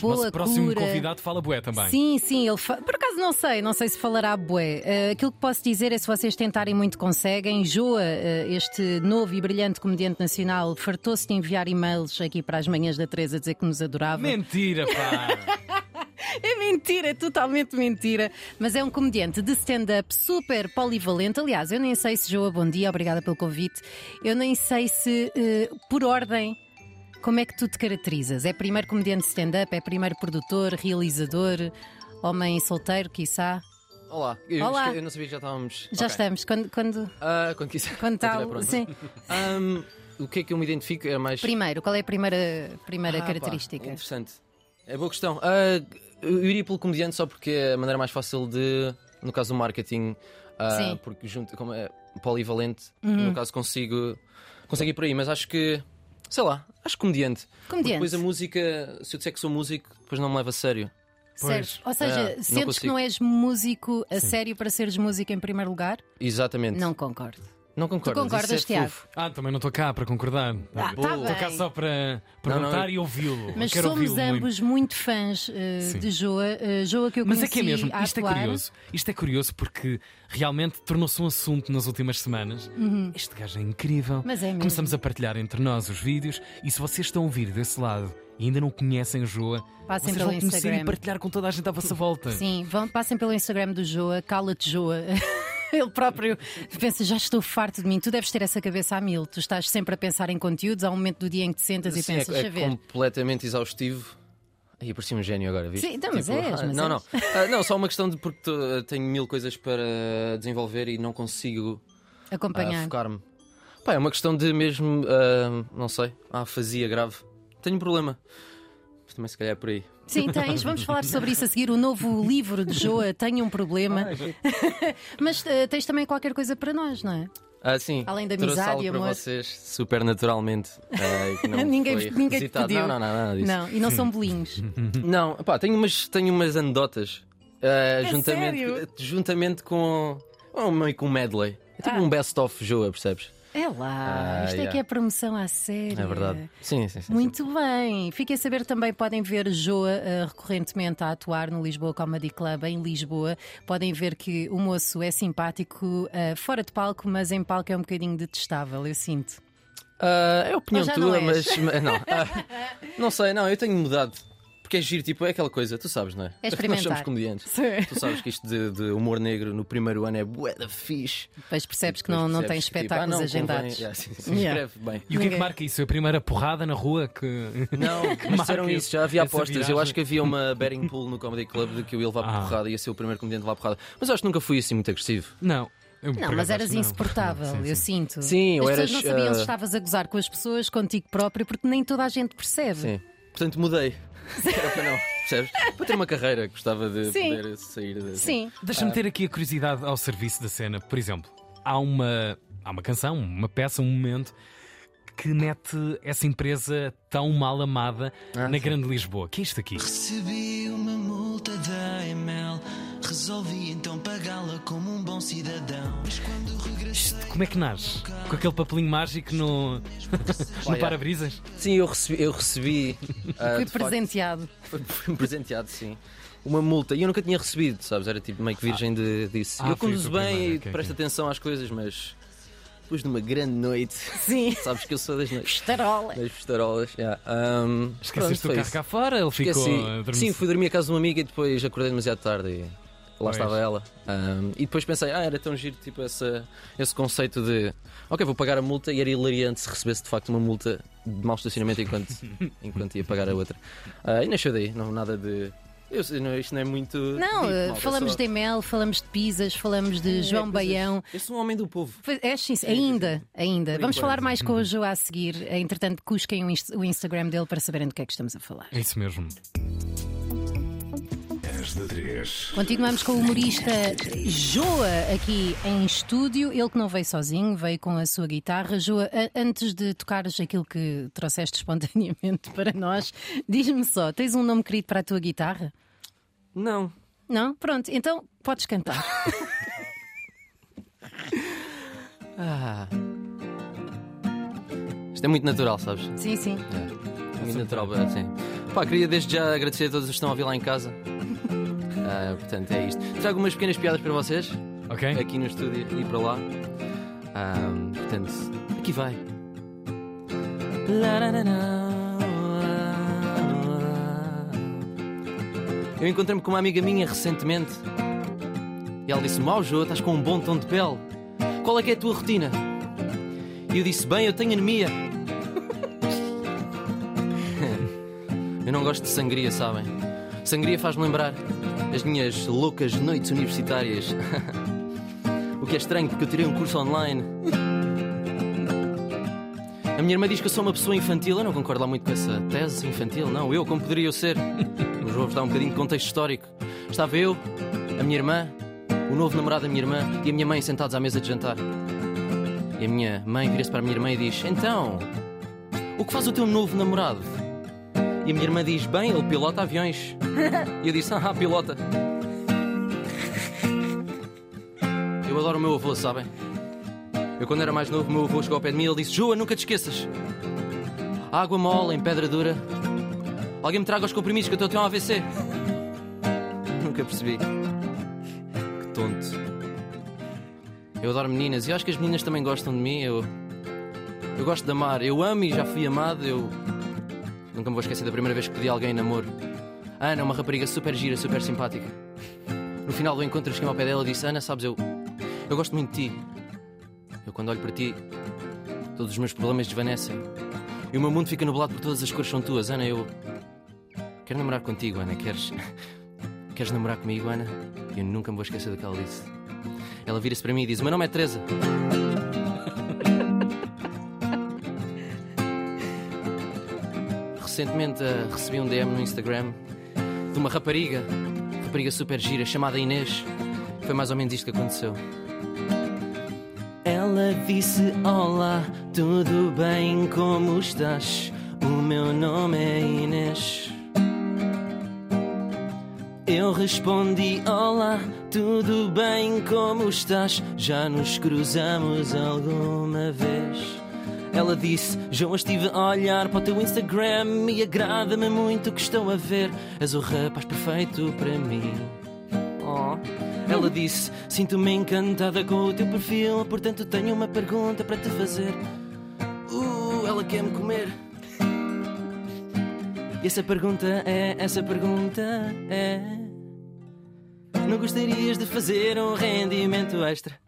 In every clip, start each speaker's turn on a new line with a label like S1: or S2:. S1: Boa
S2: Nosso próximo
S1: cura.
S2: convidado fala bué também.
S1: Sim, sim, ele fa- por acaso não sei, não sei se falará bué. Eh, aquilo que posso dizer é se vocês tentarem muito conseguem. Joa, eh, este novo e brilhante comediante nacional, fartou-se de enviar e-mails aqui para as manhãs da Teresa a dizer que nos adorava.
S2: Mentira, pá!
S1: É mentira, é totalmente mentira. Mas é um comediante de stand-up super polivalente. Aliás, eu nem sei se Joa, bom dia, obrigada pelo convite. Eu nem sei se, eh, por ordem, como é que tu te caracterizas? É primeiro comediante de stand-up, é primeiro produtor, realizador, homem solteiro, quiçá?
S3: Olá. Eu,
S1: Olá.
S3: eu não sabia que já estávamos.
S1: Já
S3: Ok.
S1: estamos, quando, quando,
S3: Ah, quando quiser.
S1: quando
S3: Quando estiver
S1: tal.
S3: pronto.
S1: Sim.
S3: Ahm, o que é que eu me identifico? É mais.
S1: Primeiro, qual é a primeira, primeira
S3: Ah, pá,
S1: característica?
S3: interessante. É boa questão. Ah, eu iria pelo comediante só porque é a maneira mais fácil de, no caso do marketing, ah,
S1: Sim. Uhum.
S3: porque junto, como é polivalente, no caso consigo, consigo ir por aí, mas acho que, sei lá, acho que comediante. Porque
S1: comediante.
S3: Depois a música, se eu disser que sou músico, depois não me leva a sério.
S1: Certo. Ou seja,
S3: Ah, não
S1: sentes que
S3: consigo.
S1: não és músico a sério para seres músico em primeiro lugar?
S3: Exatamente.
S1: Não concordo.
S3: não concordo. mas
S1: concordas,
S3: isso é
S1: Tiago?
S3: fofo.
S2: ah, também não estou cá para concordar.
S1: Ah, tá
S2: Estou
S1: bem.
S2: cá só para perguntar
S3: Não, não,
S2: e ouvi-lo.
S1: Mas
S2: Quero
S1: somos
S2: ouvi-lo muito.
S1: ambos muito fãs eh,
S2: Sim.
S1: de Joa. Eh, Joa que eu
S2: Mas é
S1: conheci
S2: que é mesmo,
S1: a
S2: isto é
S1: atuar.
S2: curioso. Isto é curioso porque realmente tornou-se um assunto nas últimas semanas. Este gajo é incrível.
S1: Uhum. Mas é mesmo.
S2: Começamos a partilhar entre nós os vídeos e se vocês estão a ouvir desse lado e ainda não conhecem o Joa,
S1: Passem
S2: vocês
S1: pelo
S2: vão conhecer
S1: Instagram.
S2: e partilhar com toda a gente à vossa volta.
S1: Sim, vão, passem pelo Instagram do Joa, cala-te Joa. Ele próprio pensa, já estou farto de mim. Tu deves ter essa cabeça a mil. Tu estás sempre a pensar em conteúdos. Há um momento do dia em que te sentas e
S3: Sim,
S1: pensas,
S3: é,
S1: a
S3: é
S1: ver.
S3: completamente exaustivo. E por cima um gênio agora, viste?
S1: Sim, não, mas és,
S3: ah,
S1: mas é.
S3: não,
S1: és.
S3: não. Ah, não, só uma questão de porque tô- eh, tenho mil coisas para desenvolver e não consigo ah,
S1: Acompanhar.
S3: focar-me. Pá, é uma questão de mesmo, ah, não sei, ah, fazia grave. Tenho um problema. Mas também se calhar é por aí.
S1: Sim, tens. Vamos falar sobre isso a seguir. O novo livro de Joa, Tenho um Problema. mas eh, tens também qualquer coisa para nós, não é?
S3: Ah, sim.
S1: Além da
S3: trouxe
S1: amizade
S3: algo
S1: e
S3: para
S1: amor.
S3: vocês super naturalmente. ah, e que não
S1: Ninguém-
S3: foi
S1: ninguém te
S3: requisitado.
S1: pediu.
S3: Não, não, não, nada disso.
S1: Não, e não são bolinhos.
S2: Hum.
S3: Não, pá, tenho umas, tenho umas anedotas. eh, juntamente,
S1: sério?
S3: juntamente com. Oh, meio com um medley. É tipo
S1: Ah.
S3: um best-of Joa, percebes?
S1: É lá,
S3: Ah,
S1: isto é
S3: yeah.
S1: que é promoção à sério.
S3: É verdade. Sim, sim, sim.
S1: Muito bem. Fiquem a saber também, podem ver Joa eh, recorrentemente a atuar no Lisboa Comedy Club em Lisboa. Podem ver que o moço é simpático eh, fora de palco, mas em palco é um bocadinho detestável, eu sinto.
S3: sim. Ah, é opinião
S1: Ou já
S3: tua,
S1: não és?
S3: mas. mas- Não. Ah, não sei, não, eu tenho mudado. Porque é giro, tipo, é aquela coisa, tu sabes, não é?
S1: É
S3: Nós somos
S1: experimentar.
S3: comediantes.
S1: Sim.
S3: Tu sabes que isto de, de humor negro no primeiro ano é bué da fixe.
S1: Depois percebes que não, não tem
S3: Percebes que, tipo, ah,
S1: espetáculos
S3: não, convém-
S1: agendados.
S3: Yeah, sim, sim,
S1: Yeah.
S3: Escreve bem.
S2: E o que é que
S1: Ninguém.
S2: marca isso? A primeira porrada na rua que.
S3: Não,
S2: marca
S3: mas disseram isso, já havia
S2: essa
S3: apostas. Eu
S2: viragem.
S3: acho que havia uma betting pool no Comedy Club de que eu ia levar
S2: Ah.
S3: porrada e ia ser o primeiro comediante a levar porrada. Mas eu acho que nunca fui assim muito agressivo.
S2: Não. Eu, por
S1: Não,
S2: acaso,
S1: mas eras
S2: não.
S1: insuportável,
S2: Não, sim,
S1: eu
S2: sim.
S1: sinto.
S3: Sim,
S1: As
S3: eu
S1: pessoas
S3: eras,
S1: não sabiam se
S3: eh,
S1: estavas a gozar com as pessoas, contigo próprio, porque nem toda a gente percebe.
S3: Sim. Portanto, mudei. Era para não, percebes? Para ter uma carreira, gostava de
S1: Sim.
S3: poder sair da.
S1: Sim.
S2: Deixa-me ter aqui a curiosidade ao serviço da cena. Por exemplo, há uma, há uma canção, uma peça, um momento que mete essa empresa tão mal amada
S3: Ah,
S2: na Grande Lisboa. Que é isto aqui?
S4: Recebi uma multa da Emel. Resolvi então pagá-la como um bom cidadão. Mas quando regressei.
S2: Como é que nasce? Com aquele papelinho mágico no, no
S3: Olha.
S2: para-brisas?
S3: Sim, eu recebi. Eu recebi ah,
S1: Fui
S3: de facto,
S1: presenteado.
S3: foi- Fui presenteado, sim. Uma multa. E eu nunca tinha recebido, sabes? Era tipo meio que virgem de, disso.
S2: Ah,
S3: eu
S2: foi
S3: conduzo
S2: tu
S3: bem
S2: primeiro,
S3: e
S2: ok,
S3: presto
S2: ok.
S3: atenção às coisas, mas depois de uma grande noite,
S1: Sim.
S3: sabes que eu sou das noites.
S1: Estarola.
S3: Das pistarolas, yeah. Um,
S2: Esqueceste o
S3: pronto, foi
S2: carro
S3: isso.
S2: cá fora? Ele ficou eh,
S3: Esqueci.
S2: a dormir.
S3: Sim, fui dormir a casa de uma amiga e depois acordei demasiado tarde e lá estava ela. Ahm, e depois pensei, ah, era tão giro tipo essa, esse conceito de ok, vou pagar a multa e era hilariante se recebesse de facto uma multa de mau estacionamento enquanto, enquanto ia pagar a outra. Ah, e nasceu daí, não nada de. Eu, sei, não, isto não é muito.
S1: Não,
S3: dito,
S1: eh,
S3: malta,
S1: falamos
S3: só-
S1: de Emel, falamos de pizzas, falamos de
S3: É,
S1: João
S3: coisas-
S1: Baião.
S3: Eu sou um homem do povo.
S1: Pois, É, sim, ainda, ainda. Vamos
S3: enquanto.
S1: falar mais com o João a seguir. Entretanto, cusquem o inst- o Instagram dele para saberem do que é que estamos a falar.
S2: É isso mesmo.
S5: Esta 3.
S1: Continuamos com o humorista Joa aqui em estúdio. Ele que não veio sozinho, veio com a sua guitarra. Joa, a- antes de tocares aquilo que trouxeste espontaneamente para nós, diz-me só: tens um nome querido para a tua guitarra?
S3: Não.
S1: Não? Pronto, então podes cantar.
S3: Ah. Isto é muito natural, sabes?
S1: Sim, sim.
S3: É. Muito natural, sim. Pá, queria desde já agradecer a todos os que estão a ouvir lá em casa. Ah, portanto, é isto. Trago umas pequenas piadas para vocês,
S2: Ok?
S3: aqui no estúdio e para lá. Ah, portanto, aqui vai. Eu encontrei-me com uma amiga minha recentemente e ela disse: Mau João, estás com um bom tom de pele. Qual é que é a tua rotina? E eu disse: Bem, eu tenho anemia. eu não gosto de sangria, sabem? Sangria faz-me lembrar as minhas loucas noites universitárias. o que é estranho porque eu tirei um curso online. A minha irmã diz que eu sou uma pessoa infantil. Eu não concordo lá muito com essa tese infantil, não. Eu, como poderia eu ser? Mas vou-vos dar um bocadinho de contexto histórico. Estava eu, a minha irmã, o novo namorado da minha irmã e a minha mãe sentados à mesa de jantar. E a minha mãe vira-se para a minha irmã e diz: Então, o que faz o teu novo namorado? E a minha irmã diz: Bem, ele pilota aviões. E eu disse: Ah, pilota. Eu adoro o meu avô, sabem? Eu, quando era mais novo, o meu avô chegou ao pé de mim e ele disse: Joa, nunca te esqueças. Água mole em pedra dura. Alguém me traga os comprimidos que eu estou a ter um AVC. Nunca percebi. Que tonto. Eu adoro meninas e eu acho que as meninas também gostam de mim. Eu, eu gosto de amar. Eu amo e já fui amado. Eu nunca me vou esquecer da primeira vez que pedi alguém em namoro. Ana, uma rapariga super gira, super simpática. No final do encontro, cheguei ao pé dela e disse: Ana, sabes, eu, eu gosto muito de ti. Eu, quando olho para ti, todos os meus problemas desvanecem. E o meu mundo fica nublado por todas as cores são tuas. Ana, eu. Quero namorar contigo, Ana. Queres. Queres namorar comigo, Ana? Eu nunca me vou esquecer do que ela disse. Ela vira-se para mim e diz: O meu nome é Teresa. Recentemente eh, recebi um DM no Instagram de uma rapariga, rapariga super gira, chamada Inês. Foi mais ou menos isto que aconteceu. Ela disse: Olá, tudo bem, como estás? O meu nome é Inês. Eu respondi: Olá, tudo bem, como estás? Já nos cruzamos alguma vez. Ela disse: João, estive a olhar para o teu Instagram e agrada-me muito o que estou a ver. És o rapaz perfeito para mim. Oh. Ela disse: Sinto-me encantada com o teu perfil, portanto tenho uma pergunta para te fazer. Uh, ela quer-me comer. E essa pergunta é, essa pergunta é. Não gostarias de fazer um rendimento extra?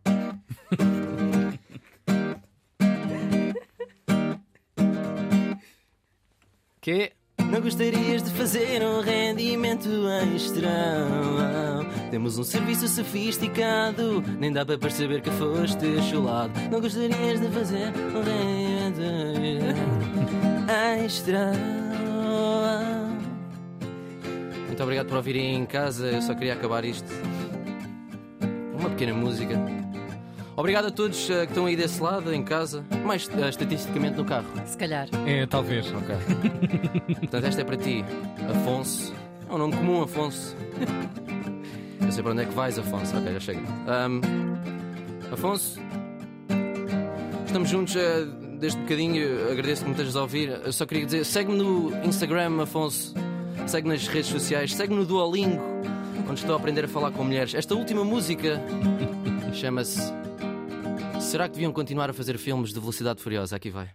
S3: Que? Não gostarias de fazer um rendimento extra? Temos um serviço sofisticado, nem dá para perceber que foste chulado. Não gostarias de fazer um rendimento extra? Muito obrigado por ouvirem em casa, eu só queria acabar isto. Uma pequena música. Obrigado a todos eh, que estão aí desse lado, em casa, mais eh, estatisticamente no carro.
S1: Se calhar.
S2: É, talvez.
S3: Ok. Portanto, esta é para ti, Afonso. É um nome comum, Afonso. Eu sei para onde é que vais, Afonso. Ok, já chega. Ahm, Afonso, estamos juntos eh, desde bocadinho. Eu Agradeço que me estejas a ouvir. Eu só queria dizer: segue-me no Instagram, Afonso. Segue nas redes sociais. Segue no Duolingo, onde estou a aprender a falar com mulheres. Esta última música chama-se. Será que deviam continuar a fazer filmes de velocidade furiosa? Aqui vai.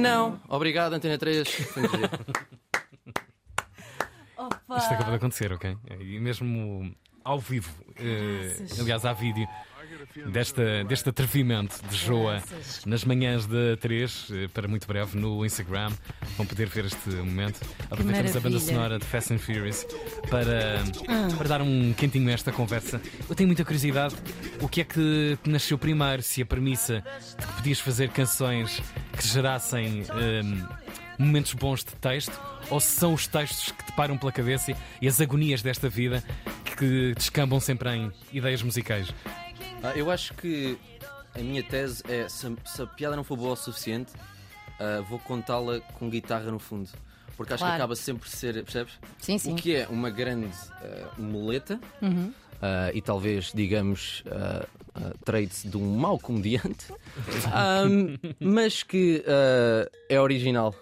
S3: Não. Obrigado, Antena 3. Foi muito giro.
S1: Opa!
S2: Isto é acaba de acontecer, ok? E mesmo ao vivo, eh, aliás, há vídeo desta, deste atrevimento de Joa nas manhãs da 3, eh, para muito breve, no Instagram. Vão poder ver este momento. Aproveitamos a banda
S1: maravilha.
S2: sonora de Fast and Furious para, para dar um quentinho a esta conversa. Eu tenho muita curiosidade: o que é que te nasceu primeiro? Se a premissa de que podias fazer canções que gerassem. eh, momentos bons de texto ou se são os textos que te param pela cabeça e- e as agonias desta vida que descambam sempre em ideias musicais?
S3: Ah, eu acho que a minha tese é: se, a- se a piada não for boa o suficiente, ah, vou contá-la com guitarra no fundo. Porque acho
S1: Claro.
S3: que acaba sempre por ser, percebes?
S1: Sim, sim.
S3: O que é uma grande eh, muleta
S1: Uhum.
S3: ah, e talvez, digamos, ah, ah, trade-se de um mau comediante, ahm, mas que ah, é original.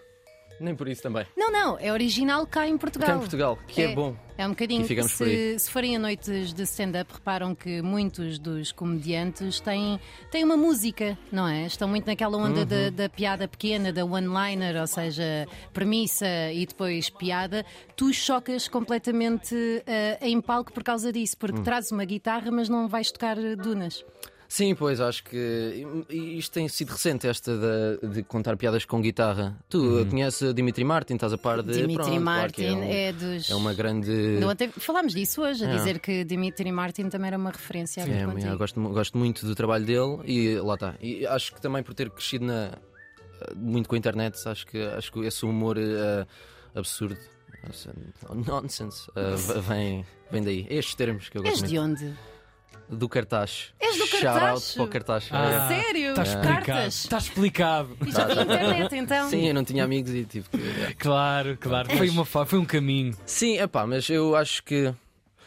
S3: Nem por isso também.
S1: Não, não, é original cá em Portugal.
S3: Cá em Portugal, que é, bom.
S1: É um bocadinho.
S3: E ficamos
S1: Se,
S3: por aí.
S1: se forem a noites de stand-up, reparam que muitos dos comediantes têm, têm uma música, não é? Estão muito naquela onda da,
S3: Uhum.
S1: da piada pequena, da one-liner, ou seja, premissa e depois piada. Tu chocas completamente eh, em palco por causa disso, porque
S3: Hum.
S1: trazes uma guitarra, mas não vais tocar eh, dunas.
S3: Sim, pois, acho que e isto tem sido recente, esta da- de, contar piadas com guitarra. Tu conheces a Dimitri Martin, estás a par de.
S1: Uhum. Dimitri
S3: Eh, pronto, claro
S1: Martin
S3: que é, um-
S1: é dos.
S3: é uma grande.
S1: do ante- Falámos disso hoje, a
S3: É.
S1: dizer que Dimitri Martin também era uma referência a ver
S3: É, mas
S1: contigo.
S3: eu gosto, mu- gosto muito do trabalho dele e lá está. E acho que também por ter crescido na- muito com a internet, acho que, acho que esse humor eh, absurdo, nossa, nonsense, eh, v- vem, vem daí. É Estes termos que eu
S1: És
S3: gosto
S1: de
S3: muito.
S1: onde?
S3: Do cartaz.
S1: És do
S3: Shout
S1: cartaz?
S3: out para o cartaz.
S2: Ah,
S1: Sério?
S3: Tá
S2: Está explicado.
S1: Cartas?
S2: Está explicado.
S1: E já tinha internet então?
S3: Sim, eu não tinha amigos e tive que.
S2: Claro, claro. Foi, uma, fa- foi um caminho.
S3: Sim, epá, mas eu acho que.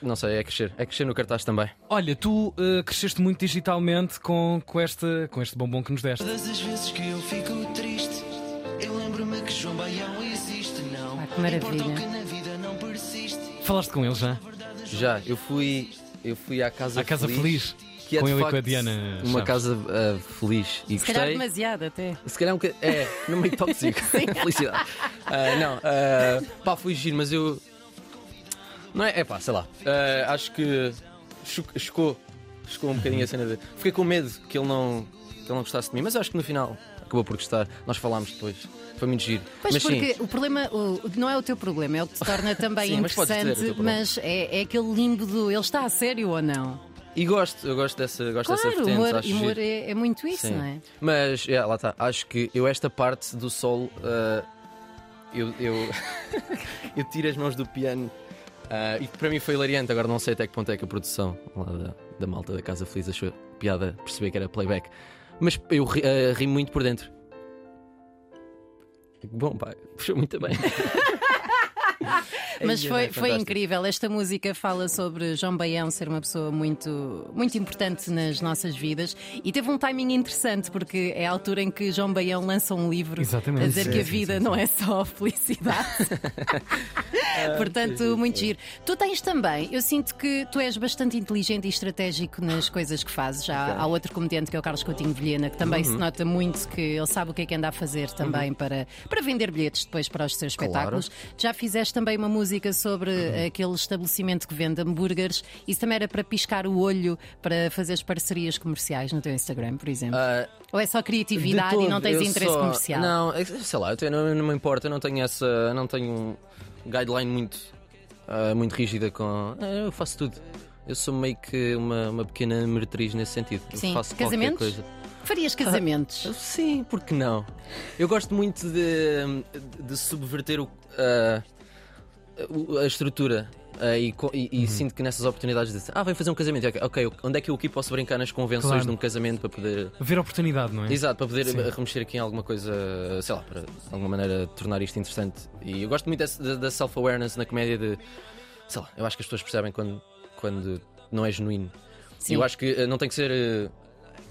S3: Não sei, é crescer. É crescer no cartaz também.
S2: Olha, tu eh, cresceste muito digitalmente com, com, este, com este bombom que nos deste.
S4: Todas as vezes que eu fico triste, eu lembro-me que João Baião existe, não.
S1: Ah, que maravilha.
S4: Importa o que na vida não persiste.
S2: Falaste com ele já?
S3: Já, eu fui. Eu fui à Casa
S2: À Casa Feliz.
S3: que é
S2: com
S3: de
S2: ele e com a
S3: facto
S2: Diana. Chaves.
S3: Uma casa ah, feliz e
S1: Se calhar
S3: gostei.
S1: demasiado até.
S3: Se calhar um bocadinho. É, no meio tóxico. Felicidade. Ah, não, ah, pá, fui giro, mas eu. Não é? É pá, sei lá. Ah, acho que. cho- Chocou. Chocou um bocadinho a cena de. Fiquei com medo que ele não. Que ele não gostasse de mim, mas acho que no final acabou por gostar. Nós falámos depois. Foi muito giro.
S1: Pois
S3: mas
S1: porque
S3: sim.
S1: o problema o- não é o teu problema, é o que te torna também
S3: Sim, mas podes dizer o teu
S1: interessante,
S3: problema.
S1: mas é, é aquele limbo do ele está a sério ou não?
S3: E gosto, eu gosto dessa, gosto dessa
S1: Claro,
S3: vertente.
S1: humor,
S3: acho
S1: humor
S3: giro.
S1: é, é muito isso,
S3: Sim.
S1: não é?
S3: Mas, é, lá está. Acho que eu, esta parte do solo, ah, eu, eu, eu tiro as mãos do piano. ah, e para mim foi hilariante. Agora não sei até que ponto é que a produção lá da, da malta da Casa Feliz achou piada perceber que era playback. Mas eu ri, ah, ri muito por dentro. Bom, pá, puxou muito bem.
S1: Mas foi,
S3: Ai, é
S1: foi
S3: fantástico.
S1: incrível. Esta música fala sobre João Baião ser uma pessoa muito, muito importante nas nossas vidas e teve um timing interessante porque é a altura em que João Baião lança um livro
S2: Exatamente.
S1: a dizer
S2: Sim,
S1: que a
S2: sim,
S1: vida
S2: sim,
S1: não é só felicidade. Portanto, muito giro. Tu tens também, eu sinto que tu és bastante inteligente e estratégico nas coisas que fazes. Já há outro comediante que é o Carlos Coutinho Vilhena, que também
S2: Uhum.
S1: se nota muito que ele sabe o que é que anda a fazer também para, para vender bilhetes depois para os seus espetáculos. Já fizeste também uma música sobre aquele estabelecimento que vende hambúrgueres. Isso também era para piscar o olho, para fazeres parcerias comerciais no teu Instagram, por exemplo.
S3: Ah,
S1: Ou é só
S3: De
S1: criatividade e
S3: todo,
S1: não tens
S3: eu
S1: interesse
S3: só-
S1: comercial?
S3: Não, é que, sei lá, eu tenho- não, não me importa, eu não tenho essa. Não tenho um guideline muito, ah, muito rígida com. ah, eu faço tudo. Eu sou meio que uma, uma pequena meretriz nesse sentido. Eu
S1: Sim.
S3: faço
S1: Casamentos?
S3: qualquer coisa.
S1: Farias
S3: Ah,
S1: casamentos?
S3: Sim, porque não? Eu gosto muito de, de subverter o- a- o- a estrutura. ah, e co- e- e
S1: Uhum.
S3: sinto que nessas oportunidades de ah, vem fazer um casamento, ok, onde é que eu aqui posso brincar nas convenções
S2: Claro.
S3: de um casamento para poder
S2: Ver a oportunidade,
S1: Uhum.
S2: não é?
S3: Exato, para poder eh, remexer aqui em alguma coisa, sei lá, para de alguma maneira tornar isto interessante. E eu gosto muito desse- da, da self-awareness na comédia de. Sei lá, eu acho que as pessoas percebem quando, quando não é genuíno.
S1: Sim.
S3: Eu acho que eh, não tem que ser eh,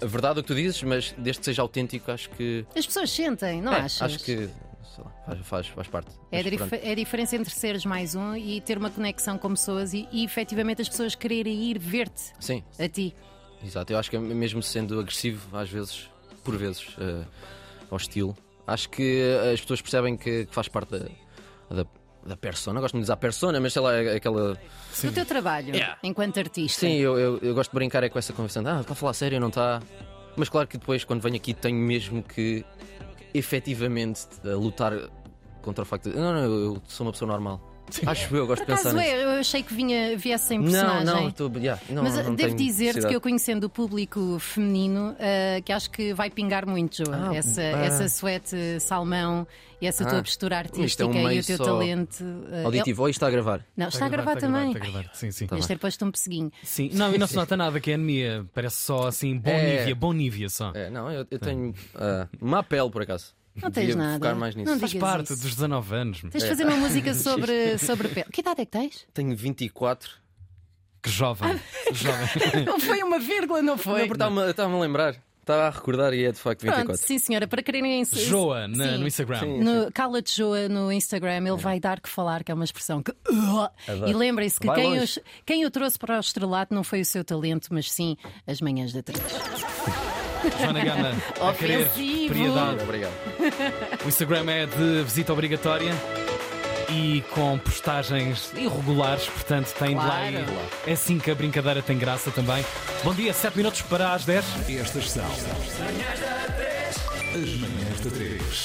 S3: a verdade o que tu dizes, mas desde que seja autêntico, acho que.
S1: As pessoas sentem, não
S3: é,
S1: achas?
S3: acho que. Sei lá, faz, faz, faz parte.
S1: É a,
S3: Mas
S1: dif-
S3: pronto.
S1: é a diferença entre seres mais um e ter uma conexão com pessoas e, e efetivamente as pessoas quererem ir ver-te
S3: Sim,
S1: a ti.
S3: exato. Eu acho que é mesmo sendo agressivo, às vezes, por vezes, eh, hostil, acho que eh, as pessoas percebem que, que faz parte da. da da persona, Eu gosto muito de usar persona, mas sei lá, é aquela
S1: Do teu trabalho
S3: Yeah.
S1: enquanto artista.
S3: Sim, eu, eu, eu gosto de brincar é com essa conversa. de, Ah, está a falar sério, não está? Mas claro que depois, quando venho aqui, tenho mesmo que efetivamente eh, lutar contra o facto de. Não, não, eu, eu sou uma pessoa normal. Acho eu, eu gosto
S1: Por
S3: de pensar
S1: acaso
S3: nisso.
S1: é, eu achei que vinha, viesse em
S3: Não,
S1: personagem.
S3: não, estou. yeah, não,
S1: Mas eh,
S3: não
S1: devo
S3: tenho
S1: dizer-te
S3: necessidade.
S1: que eu conhecendo o público feminino, ah, que acho que vai pingar muito, João.
S3: Ah,
S1: essa,
S3: ah.
S1: essa suete salmão, e essa
S3: Ah,
S1: tua postura
S3: isto é um
S1: artística e
S3: meio
S1: o teu
S3: só
S1: talento. ah,
S3: Auditivo, ou isto está a gravar?
S1: Não, está, a gravar, também.
S2: Está a gravar, sim, sim.
S1: Devias ter posto um pesseguinho.
S2: Sim, não, e não se nota nada que é anemia. Parece só assim, bom
S3: É.
S2: Nívia, bom Nívia só.
S3: É, não, eu, eu tenho ah, má pele por acaso.
S1: Não tens
S3: Devia
S1: nada.
S3: focar mais nisso.
S1: Não
S2: Faz
S1: digas
S2: parte
S1: isso.
S2: dos 19 anos. meu.
S1: Tens
S3: É.
S1: de fazer uma música sobre, sobre pele. Que idade é que tens?
S3: Tenho 24.
S2: Que jovem. jovem.
S1: Não foi uma vírgula, não foi?
S3: Não, porque estava-me estava-me a lembrar. Estava a recordar e é de facto
S1: Pronto,
S3: 24.
S1: sim, senhora, para quererem.
S2: Joa na-
S1: Sim.
S2: no Instagram.
S3: Sim.
S1: No, Cala-te Joa no Instagram, ele vai dar que falar, que é uma expressão que. e lembrem-se que
S3: Vai
S1: quem,
S3: longe.
S1: os- quem o trouxe para o estrelato não foi o seu talento, mas sim as manhãs da três.
S2: Joana Gama, a querer
S1: Ofensivo.
S2: piedade.
S3: Obrigado.
S2: O Instagram é de visita obrigatória e com postagens irregulares, portanto tem de lá.
S1: Claro.
S2: ir. É assim que a brincadeira tem graça também. Bom dia, 7 minutos para as 10.
S5: Estas são as manhãs da 3.